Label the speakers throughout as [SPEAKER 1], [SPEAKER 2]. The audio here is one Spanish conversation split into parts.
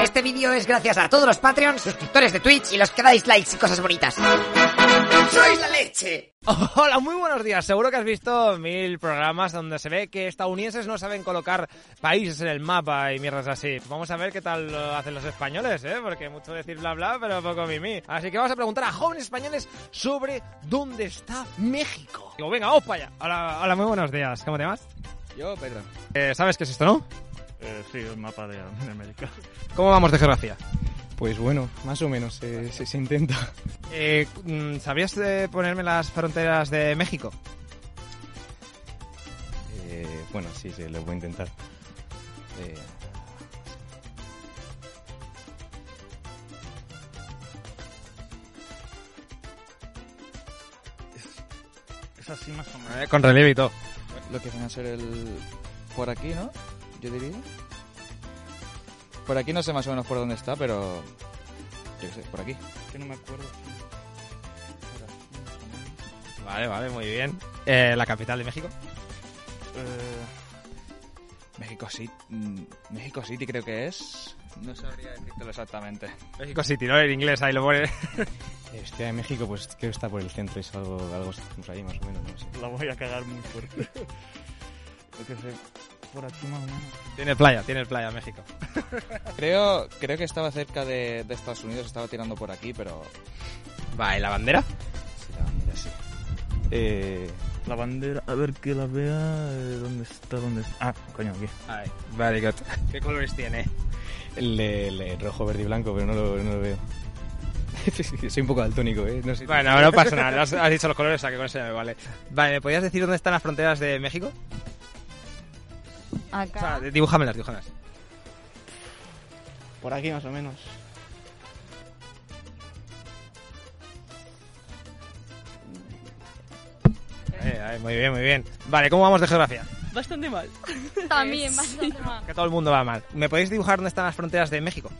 [SPEAKER 1] Este vídeo es gracias a todos los Patreons, suscriptores de Twitch y los que dais likes y cosas bonitas. ¡Sois la leche!
[SPEAKER 2] Hola, muy buenos días. Seguro que has visto mil programas donde se ve que estadounidenses no saben colocar países en el mapa y mierdas así. Vamos a ver qué tal lo hacen los españoles, ¿eh? Porque mucho decir bla bla, pero poco mimí. Así que vamos a preguntar a jóvenes españoles sobre dónde está México. Digo, venga, vamos para allá. Hola, hola, muy buenos días. ¿Cómo te llamas?
[SPEAKER 3] Yo, Pedro.
[SPEAKER 2] Eh, ¿Sabes qué es esto, no?
[SPEAKER 4] Eh, sí, el mapa de, de América.
[SPEAKER 2] ¿Cómo vamos de geografía?
[SPEAKER 3] Pues bueno, más o menos, eh, se, se intenta.
[SPEAKER 2] Eh, mm, ¿Sabrías eh, ponerme las fronteras de México?
[SPEAKER 3] Eh, bueno, sí, sí, lo voy a intentar. Eh,
[SPEAKER 4] Es así más o menos.
[SPEAKER 5] Ah,
[SPEAKER 2] Eh, con relieve y todo.
[SPEAKER 6] lo que viene a ser el por aquí, ¿no? Yo diría. Por aquí no sé más o menos por dónde está, pero yo qué sé, por aquí.
[SPEAKER 4] Que no me acuerdo.
[SPEAKER 2] Vale, vale, muy bien. Eh, ¿La capital de México?
[SPEAKER 4] Eh,
[SPEAKER 6] México City, mm, México City creo que es. No sabría decírtelo exactamente.
[SPEAKER 2] México City, ¿no? En inglés, ahí lo pone.
[SPEAKER 3] Este de México, pues creo que está por el centro, es algo, algo por ahí más o menos, no sé.
[SPEAKER 4] la voy a cagar muy fuerte. Yo qué sé. Por aquí más o menos.
[SPEAKER 2] tiene playa, tiene playa México.
[SPEAKER 6] Creo, creo que estaba cerca de, de Estados Unidos, estaba tirando por aquí, pero
[SPEAKER 2] Vale, ¿la bandera?
[SPEAKER 3] Sí, la bandera sí. Eh,
[SPEAKER 4] La bandera, a ver que la vea. eh, ¿Dónde está? ¿Dónde está? Ah, coño, aquí.
[SPEAKER 2] Vale, good. ¿Qué colores tiene?
[SPEAKER 3] el, de- el de rojo, verde y blanco, pero no lo, no lo veo. Soy un poco daltónico, ¿eh? No sé.
[SPEAKER 2] Bueno, no pasa nada, has, has dicho los colores, o sea que con eso ya me vale. Vale, ¿me podías decir dónde están las fronteras de México? O sea,
[SPEAKER 7] Acá.
[SPEAKER 2] dibújamelas, dibújamelas.
[SPEAKER 8] Por aquí más o menos.
[SPEAKER 2] Eh, ahí, muy bien, muy bien. Vale, ¿cómo vamos de geografía?
[SPEAKER 9] Bastante mal.
[SPEAKER 7] También, bastante más.
[SPEAKER 2] Que todo el mundo va mal. ¿Me podéis dibujar dónde están las fronteras de México?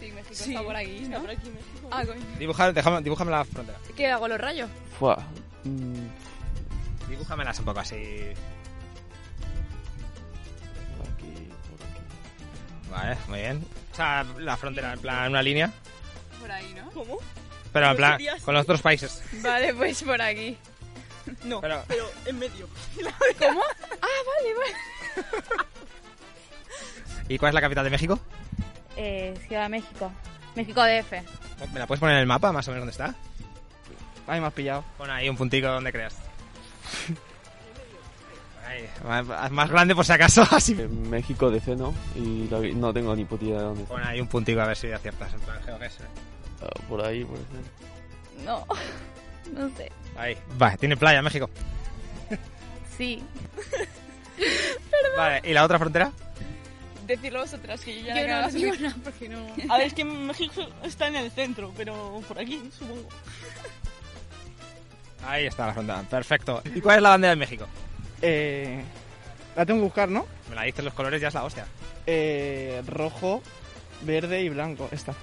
[SPEAKER 10] Sí, México está por aquí,
[SPEAKER 9] Está
[SPEAKER 10] ¿no?
[SPEAKER 9] por aquí México.
[SPEAKER 10] Ah, coño.
[SPEAKER 2] Dibujar, déjame, dibújame la frontera.
[SPEAKER 10] ¿Qué hago los rayos?
[SPEAKER 6] Fua.
[SPEAKER 2] Dibújamelas un poco así. Vale, muy bien. O sea, la frontera, en plan, una línea.
[SPEAKER 10] Por ahí, ¿no?
[SPEAKER 9] ¿Cómo?
[SPEAKER 2] Pero en
[SPEAKER 9] Pues
[SPEAKER 2] plan,
[SPEAKER 9] sería así.
[SPEAKER 2] con los otros países.
[SPEAKER 10] Vale, pues por aquí.
[SPEAKER 9] No,
[SPEAKER 2] Pero-
[SPEAKER 9] pero, en medio.
[SPEAKER 2] ¿Y cuál es la capital de México?
[SPEAKER 7] Eh, Ciudad de México. México DF.
[SPEAKER 2] ¿Me la puedes poner en el mapa, más o menos dónde está?
[SPEAKER 8] Ahí me has pillado.
[SPEAKER 2] Pon ahí un puntico donde creas. Ahí, más más grande por si acaso, así.
[SPEAKER 11] En México de ceno y la vi- no tengo ni puta idea de dónde está.
[SPEAKER 2] Pon ahí un puntico a ver si aciertas, en plan geoguess. eh.
[SPEAKER 11] Ah, Por ahí, por ahí.
[SPEAKER 7] No. No sé.
[SPEAKER 2] Ahí. Vale, tiene playa México.
[SPEAKER 7] Sí.
[SPEAKER 2] Vale, ¿y la otra frontera?
[SPEAKER 10] Decirlo vosotras, que yo ya
[SPEAKER 7] Yo
[SPEAKER 10] la
[SPEAKER 7] no
[SPEAKER 10] acabo de
[SPEAKER 7] digo
[SPEAKER 10] subir.
[SPEAKER 7] nada porque no.
[SPEAKER 9] A ver, es que México está en el centro, pero por aquí, supongo.
[SPEAKER 2] Ahí está la frontera, perfecto. ¿Y cuál es la bandera de México?
[SPEAKER 8] Eh, la tengo que buscar, ¿no?
[SPEAKER 2] Me la dices los colores, ya es la hostia.
[SPEAKER 8] Eh, rojo, verde y blanco. Esta.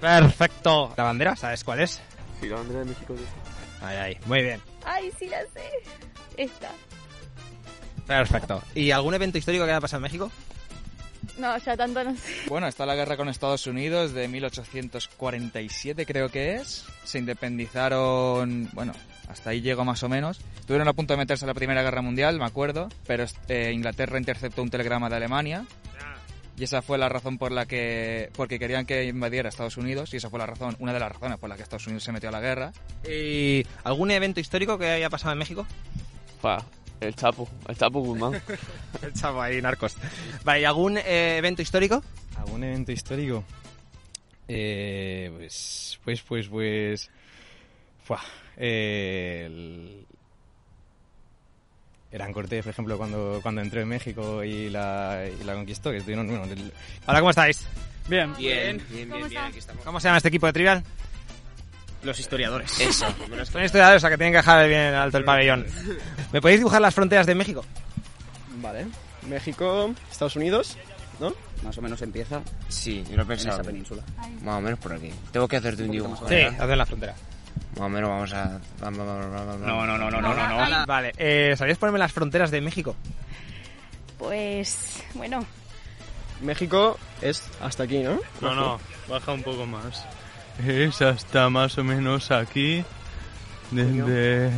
[SPEAKER 2] Perfecto. ¿La bandera? ¿Sabes cuál es?
[SPEAKER 11] Sí, la bandera de México de ceno.
[SPEAKER 2] Ahí, ahí. Muy bien.
[SPEAKER 7] Ay, sí la sé. Esta.
[SPEAKER 2] Perfecto. ¿Y algún evento histórico que haya pasado en México?
[SPEAKER 7] No, ya tanto no sé.
[SPEAKER 6] Bueno, está la guerra con Estados Unidos de 1847 creo que es. Se independizaron, bueno, hasta ahí llego más o menos. Estuvieron a punto de meterse en la Primera Guerra Mundial, me acuerdo, pero eh, Inglaterra interceptó un telegrama de Alemania y esa fue la razón por la que porque querían que invadiera Estados Unidos y esa fue la razón, una de las razones por la que Estados Unidos se metió a la guerra.
[SPEAKER 2] ¿Y algún evento histórico que haya pasado en México?
[SPEAKER 11] Pa, el Chapo, el Chapo Guzmán.
[SPEAKER 2] El chavo ahí, narcos. Vale, ¿y algún eh, evento histórico?
[SPEAKER 3] ¿Algún evento histórico? Eh, pues, pues, pues, pues... Fua, eh, el... Eran Cortés, por ejemplo, cuando, cuando entró en México y la, y la conquistó, que estuvieron, bueno, el-
[SPEAKER 2] Hola, ¿cómo estáis?
[SPEAKER 4] Bien.
[SPEAKER 7] ¿Cómo está?
[SPEAKER 2] ¿Cómo se llama este equipo de trivial? Los historiadores. Eso. Son historiadores, o sea que tienen que dejar bien alto el pabellón. ¿Me podéis dibujar las fronteras de México?
[SPEAKER 8] Vale. México, Estados Unidos, ¿no?
[SPEAKER 12] Más o menos empieza
[SPEAKER 3] Sí, yo lo he
[SPEAKER 12] en esa
[SPEAKER 3] pensado.
[SPEAKER 12] península.
[SPEAKER 3] Más o menos por aquí. Tengo que hacerte un dibujo.
[SPEAKER 2] Sí, hacen la frontera.
[SPEAKER 3] Más o menos vamos a...
[SPEAKER 12] No, no, no, no, no, no. no.
[SPEAKER 2] Vale, eh, ¿sabías ponerme las fronteras de México?
[SPEAKER 7] Pues. Bueno.
[SPEAKER 13] México es hasta aquí, ¿no?
[SPEAKER 5] No, no, baja un poco más. Es hasta más o menos aquí, desde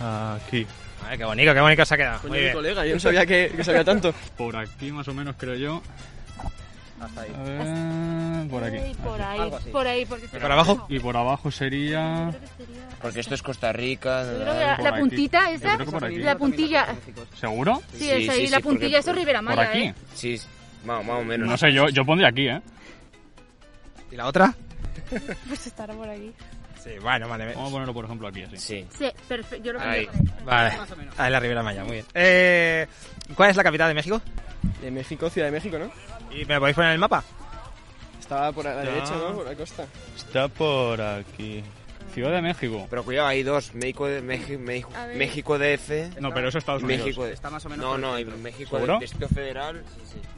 [SPEAKER 5] aquí.
[SPEAKER 2] Ay, qué bonito, qué bonito se ha quedado.
[SPEAKER 13] Coño,
[SPEAKER 2] Muy
[SPEAKER 13] mi
[SPEAKER 2] bien.
[SPEAKER 12] Ah,
[SPEAKER 13] colega, yo no sabía que, que sabía tanto.
[SPEAKER 5] Por aquí más o menos creo yo. Hasta ahí. por aquí.
[SPEAKER 7] Por ahí,
[SPEAKER 5] Algo así.
[SPEAKER 7] por ahí. Porque
[SPEAKER 5] Y por abajo sería...
[SPEAKER 12] Porque esto es Costa Rica.
[SPEAKER 7] Yo creo que la, la puntita esa, la puntilla.
[SPEAKER 5] ¿Seguro?
[SPEAKER 7] Sí, esa ahí, la puntilla, eso es Rivera Maya. ¿eh?
[SPEAKER 12] Sí, más, más o menos.
[SPEAKER 5] No sé, yo, yo pondría aquí, ¿eh?
[SPEAKER 2] ¿Y la otra?
[SPEAKER 7] Pues estará por aquí.
[SPEAKER 2] Sí, bueno, vale.
[SPEAKER 5] Vamos a ponerlo, por ejemplo, aquí, así.
[SPEAKER 12] Sí.
[SPEAKER 7] Sí, perfecto. Yo lo
[SPEAKER 2] Ahí.
[SPEAKER 7] pondría por
[SPEAKER 2] Vale.
[SPEAKER 7] Más o menos.
[SPEAKER 2] Ahí la Ribera Maya, muy bien. Eh, ¿Cuál es la capital de México?
[SPEAKER 13] De México, Ciudad de México, ¿no?
[SPEAKER 2] ¿Y me lo podéis poner en el mapa?
[SPEAKER 13] Estaba por la
[SPEAKER 5] Ya.
[SPEAKER 13] derecha, ¿no? Por la costa.
[SPEAKER 5] Está por aquí. Ciudad de México.
[SPEAKER 12] Pero cuidado, hay dos. México, de, México, México,
[SPEAKER 13] A ver.
[SPEAKER 12] México DF.
[SPEAKER 5] No, pero eso es Estados Unidos.
[SPEAKER 12] México de-
[SPEAKER 5] Está más o menos
[SPEAKER 12] No,
[SPEAKER 5] por
[SPEAKER 12] no,
[SPEAKER 5] el
[SPEAKER 12] hay
[SPEAKER 5] centro.
[SPEAKER 12] México de
[SPEAKER 5] ¿Seguro?
[SPEAKER 12] Distrito Federal.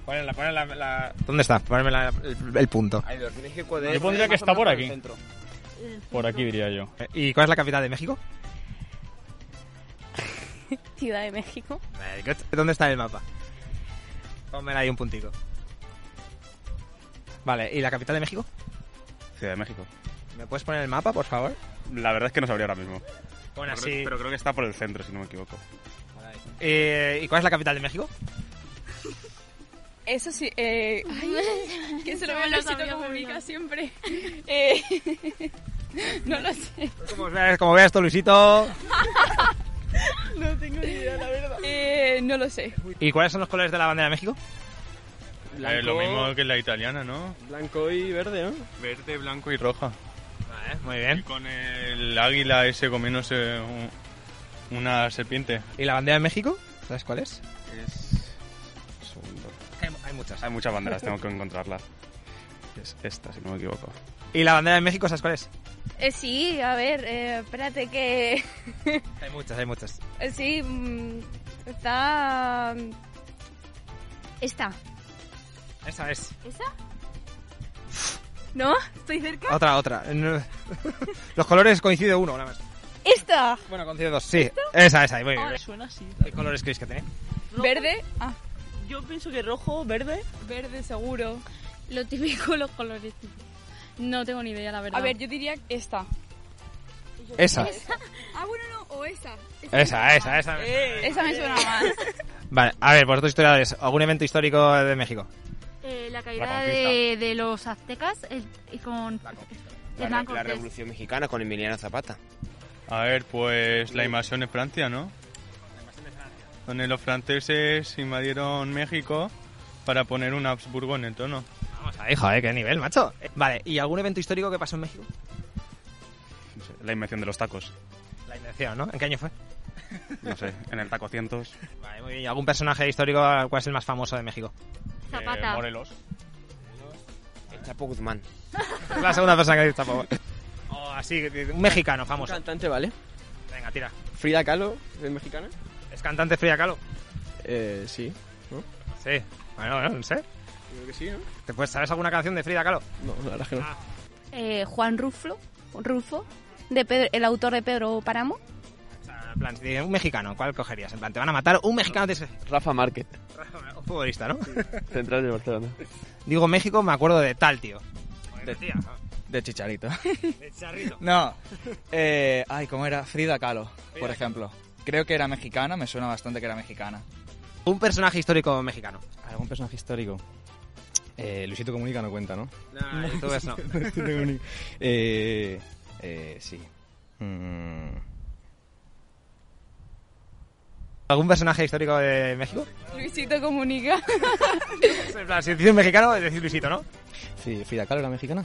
[SPEAKER 2] Ponela, ponela la... ¿Dónde está? Ponme la- el, el punto.
[SPEAKER 12] Hay dos. México DF.
[SPEAKER 5] Yo pondría que
[SPEAKER 12] más o
[SPEAKER 5] está
[SPEAKER 12] menos
[SPEAKER 5] por
[SPEAKER 12] el
[SPEAKER 5] aquí.
[SPEAKER 12] centro.
[SPEAKER 5] Por aquí diría yo.
[SPEAKER 2] Eh, ¿Y cuál es la capital de México?
[SPEAKER 7] Ciudad de México.
[SPEAKER 2] Very good. ¿Dónde está el mapa? Pónmela ahí un puntico. Vale, ¿y la capital de México?
[SPEAKER 14] Ciudad de México.
[SPEAKER 2] ¿Me puedes poner el mapa, por favor?
[SPEAKER 14] La verdad es que no sabría ahora mismo.
[SPEAKER 2] Pon
[SPEAKER 14] Pero-
[SPEAKER 2] así.
[SPEAKER 14] Pero creo que está por el centro, si no me equivoco.
[SPEAKER 2] Eh, ¿Y cuál es la capital de México?
[SPEAKER 10] Eso sí, eh, ay, que se lo
[SPEAKER 7] No
[SPEAKER 10] veo
[SPEAKER 7] lo
[SPEAKER 10] Luisito
[SPEAKER 7] sabía,
[SPEAKER 10] comunica siempre. Eh, no lo sé.
[SPEAKER 2] Como veas, como veas esto, Luisito.
[SPEAKER 10] No tengo ni idea, la verdad. Eh, no lo sé.
[SPEAKER 2] ¿Y cuáles son los colores de la bandera de México?
[SPEAKER 5] Eh, lo mismo que la italiana, ¿no?
[SPEAKER 13] Blanco y verde, ¿no?
[SPEAKER 5] Verde, blanco y roja.
[SPEAKER 2] muy bien.
[SPEAKER 5] Y con el águila ese comiéndose un- una serpiente.
[SPEAKER 2] ¿Y la bandera de México? ¿Sabes cuál es?
[SPEAKER 14] Es... Segundo.
[SPEAKER 2] Hay, muchas.
[SPEAKER 14] Hay muchas banderas, tengo que encontrarla. Es esta, si no me equivoco.
[SPEAKER 2] ¿Y la bandera de México? ¿Sabes cuál es?
[SPEAKER 7] Eh, sí, a ver, eh, espérate que.
[SPEAKER 2] Hay muchas, hay muchas.
[SPEAKER 7] Eh, sí, mm, está. mm, Esta.
[SPEAKER 2] Esa es.
[SPEAKER 7] ¿Esa? ¿No? ¿Estoy cerca?
[SPEAKER 2] Otra, otra. No. Los colores coincide uno, nada más.
[SPEAKER 7] ¡Esta!
[SPEAKER 2] Bueno, coincide dos, sí. Esa, esa, muy bien.
[SPEAKER 9] Suena así.
[SPEAKER 2] ¿Qué colores creéis que tiene?
[SPEAKER 10] ¿Verde? Ah,
[SPEAKER 9] Yo pienso que rojo, verde.
[SPEAKER 10] verde seguro.
[SPEAKER 7] Lo típico, los colores típicos. No tengo ni idea, la verdad.
[SPEAKER 10] A ver, yo diría esta.
[SPEAKER 2] Esa.
[SPEAKER 10] Ah, bueno, no, o Eh. esta.
[SPEAKER 2] Esa, esa, esa.
[SPEAKER 10] Esa me suena más.
[SPEAKER 2] Vale, a ver, vosotros historiadores, ¿algún evento histórico de México?
[SPEAKER 7] la
[SPEAKER 12] La
[SPEAKER 7] caída
[SPEAKER 12] conquista.
[SPEAKER 7] de, Eh, de los aztecas el- y con.
[SPEAKER 12] La,
[SPEAKER 7] Hernán
[SPEAKER 12] la
[SPEAKER 7] Cortés.
[SPEAKER 12] Revolución Mexicana con Emiliano Zapata.
[SPEAKER 5] A ver, pues la invasión de Francia, ¿no? Donde los franceses invadieron México para poner un Habsburgo en el trono.
[SPEAKER 2] Vamos ahí, joder, qué nivel, macho. Eh, Vale, ¿y algún evento histórico que pasó en México?
[SPEAKER 14] No sé, La invención de los tacos.
[SPEAKER 2] La invención, ¿no? ¿En qué año fue?
[SPEAKER 14] No sé, en el taco cientos.
[SPEAKER 2] Vale, muy bien. ¿Y algún personaje histórico cuál es el más famoso de México?
[SPEAKER 7] Zapata.
[SPEAKER 14] Morelos.
[SPEAKER 12] El Chapo Guzmán.
[SPEAKER 2] Es la segunda persona que dice favor. O así, un mexicano famoso.
[SPEAKER 13] Un cantante, ¿vale?
[SPEAKER 2] Venga, tira.
[SPEAKER 13] Frida Kahlo, ¿es mexicana?
[SPEAKER 2] ¿Es cantante Frida Kahlo?
[SPEAKER 13] Eh, sí. ¿No?
[SPEAKER 2] Sí. Bueno, no, no sé.
[SPEAKER 13] Creo que sí, ¿no?
[SPEAKER 2] ¿Te puedes, ¿Sabes alguna canción de Frida Kahlo?
[SPEAKER 13] No, la verdad es que no.
[SPEAKER 7] Eh, Juan Ruflo, Rufo, de Pedro- el autor de Pedro Páramo.
[SPEAKER 2] O sea, en plan, si te dicen un mexicano, ¿cuál cogerías? En plan, te van a matar un mexicano de ese...
[SPEAKER 11] Rafa Márquez,
[SPEAKER 2] Un futbolista, ¿no?
[SPEAKER 11] central de Barcelona.
[SPEAKER 2] Digo México, me acuerdo de tal, tío.
[SPEAKER 6] De-
[SPEAKER 2] tía.
[SPEAKER 6] De Chicharito.
[SPEAKER 2] De Charrito.
[SPEAKER 6] No. Eh, ay, ¿cómo era? Frida Kahlo, por
[SPEAKER 2] Kahlo.
[SPEAKER 6] ejemplo. Creo que era mexicana, me suena bastante que era mexicana.
[SPEAKER 2] Un personaje histórico mexicano.
[SPEAKER 3] ¿Algún personaje histórico? Eh, Luisito Comunica no cuenta, ¿no?
[SPEAKER 2] No, tú ves, no.
[SPEAKER 3] Luisito Comunica. eh, eh, sí. Mm,
[SPEAKER 2] ¿Algún personaje histórico de México?
[SPEAKER 10] Luisito comunica.
[SPEAKER 2] En plan, si dices mexicano, decís Luisito, ¿no?
[SPEAKER 3] sí, Frida Kahlo era mexicana.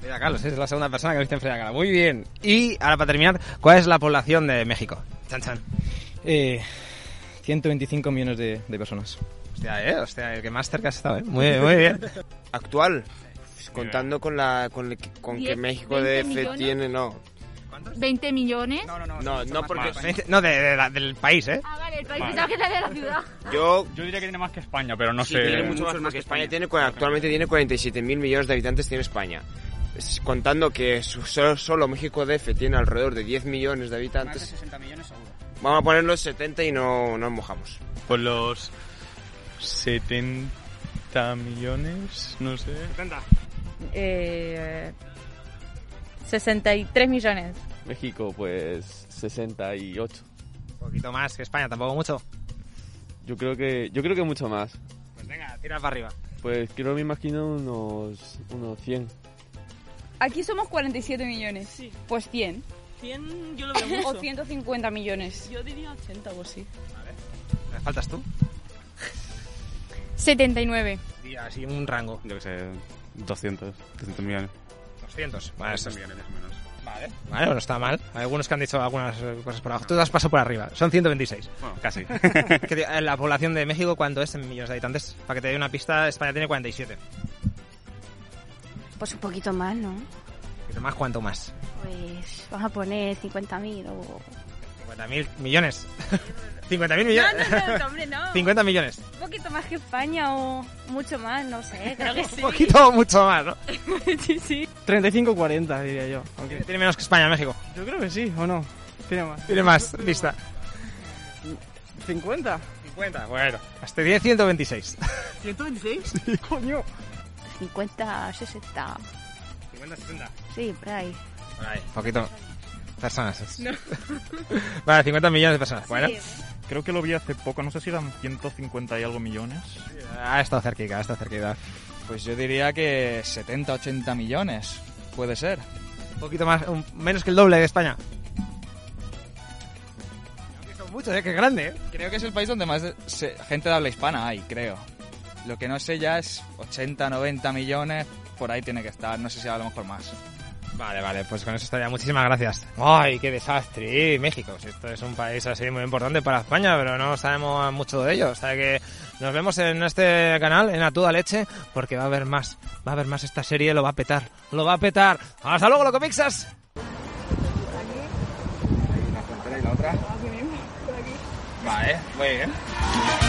[SPEAKER 2] Frida Kahlo, sí, es la segunda persona que viste en Frida Kahlo. Muy bien. Y ahora para terminar, ¿cuál es la población de México? Chan chan.
[SPEAKER 3] Eh, 125 millones de, de personas.
[SPEAKER 2] Hostia, eh, hostia, el que más cerca has estado, eh. Muy bien, muy bien.
[SPEAKER 12] Actual. eh. Contando con la con, el- con que
[SPEAKER 7] Diez,
[SPEAKER 12] México
[SPEAKER 7] veinte
[SPEAKER 12] DF
[SPEAKER 7] millones.
[SPEAKER 12] tiene, no.
[SPEAKER 7] 20 millones.
[SPEAKER 12] No, no porque
[SPEAKER 2] No, de- de la- del país, eh.
[SPEAKER 7] Ah, vale, el país
[SPEAKER 12] Vale.
[SPEAKER 7] pensaba que era de la ciudad.
[SPEAKER 12] yo
[SPEAKER 5] Yo diría que tiene más que España, pero no
[SPEAKER 12] Sí,
[SPEAKER 5] sé.
[SPEAKER 12] Tiene mucho más, que España. Tiene, cua- actualmente tiene 47.000 millones de habitantes, tiene España. Es- Contando que su- solo, solo México DF tiene alrededor de 10 millones de habitantes.
[SPEAKER 15] 60 millones seguro.
[SPEAKER 12] Vamos a ponerlo 70 y no nos mojamos.
[SPEAKER 5] Por los 70 70 millones, no sé.
[SPEAKER 10] 63 millones.
[SPEAKER 11] México, pues 68.
[SPEAKER 2] Un poquito más que España, tampoco mucho.
[SPEAKER 11] Yo creo que, yo creo que mucho más.
[SPEAKER 2] Pues venga, tira para arriba.
[SPEAKER 11] Pues creo, me imagino, unos, unos 100.
[SPEAKER 10] Aquí somos 47 millones. Pues 100.
[SPEAKER 9] 100 yo lo veo mucho.
[SPEAKER 10] O 150 millones.
[SPEAKER 9] Yo diría 80 o así.
[SPEAKER 2] ¿Me faltas tú?
[SPEAKER 10] 79.
[SPEAKER 2] Y así un rango.
[SPEAKER 14] Yo que sé, 200, 300 millones.
[SPEAKER 2] 200. Vale, eso es-
[SPEAKER 14] millones más o menos.
[SPEAKER 2] Vale. Vale, no está mal. Hay algunos que han dicho algunas eh, cosas por abajo. Tú las paso por arriba. Son 126.
[SPEAKER 14] Bueno, casi.
[SPEAKER 2] Que te- eh, La población de México, ¿cuánto es en millones de habitantes? Para que te dé una pista, España tiene 47.
[SPEAKER 7] Pues un poquito más, ¿no?
[SPEAKER 2] Pero más, ¿cuánto más?
[SPEAKER 7] Pues vamos a poner 50.000 o...
[SPEAKER 2] 50.000 millones. 50.000 millones.
[SPEAKER 7] No, no, no, hombre, no.
[SPEAKER 2] 50 millones.
[SPEAKER 7] Un poquito más que España o mucho más, no sé, creo que sí.
[SPEAKER 2] Un poquito, mucho más, ¿no?
[SPEAKER 8] 35-40, diría yo. aunque-
[SPEAKER 2] Tiene menos que España, México.
[SPEAKER 8] Yo creo que sí, ¿o no? Tiene más.
[SPEAKER 2] Tiene más, lista.
[SPEAKER 8] 50.
[SPEAKER 2] 50, bueno. Hasta tiene 126.
[SPEAKER 7] 126?
[SPEAKER 8] Coño.
[SPEAKER 7] 50, 60.
[SPEAKER 2] 50, 60.
[SPEAKER 7] Sí, por ahí.
[SPEAKER 2] Poquito. Personas. es-
[SPEAKER 7] No.
[SPEAKER 2] Vale, 50 millones de personas. Bueno.
[SPEAKER 15] Creo que lo vi hace poco, no sé si eran 150 y algo millones.
[SPEAKER 2] Ha estado cerquita, ha estado cerquita.
[SPEAKER 6] Pues yo diría que 70, 80 millones. Puede ser.
[SPEAKER 2] Un poquito más, un- menos que el doble de España. Son muchos, ¿eh? Qué grande, ¿eh?
[SPEAKER 6] Creo que es el país donde más de- se- gente de habla hispana hay, creo. Lo que no sé ya es 80, 90 millones, por ahí tiene que estar, no sé si a lo mejor más.
[SPEAKER 2] Vale, vale, pues con eso estaría. Muchísimas gracias. ¡Ay, qué desastre! Eh, México, si esto es un país así muy importante para España, pero no sabemos mucho de ello. O sea que nos vemos en este canal, en A Toda Leche, porque va a haber más. Va a haber más esta serie, lo va a petar. Lo va a petar. ¡Hasta luego, Locomixas!
[SPEAKER 6] Una frontera y la otra. Vale, muy bien.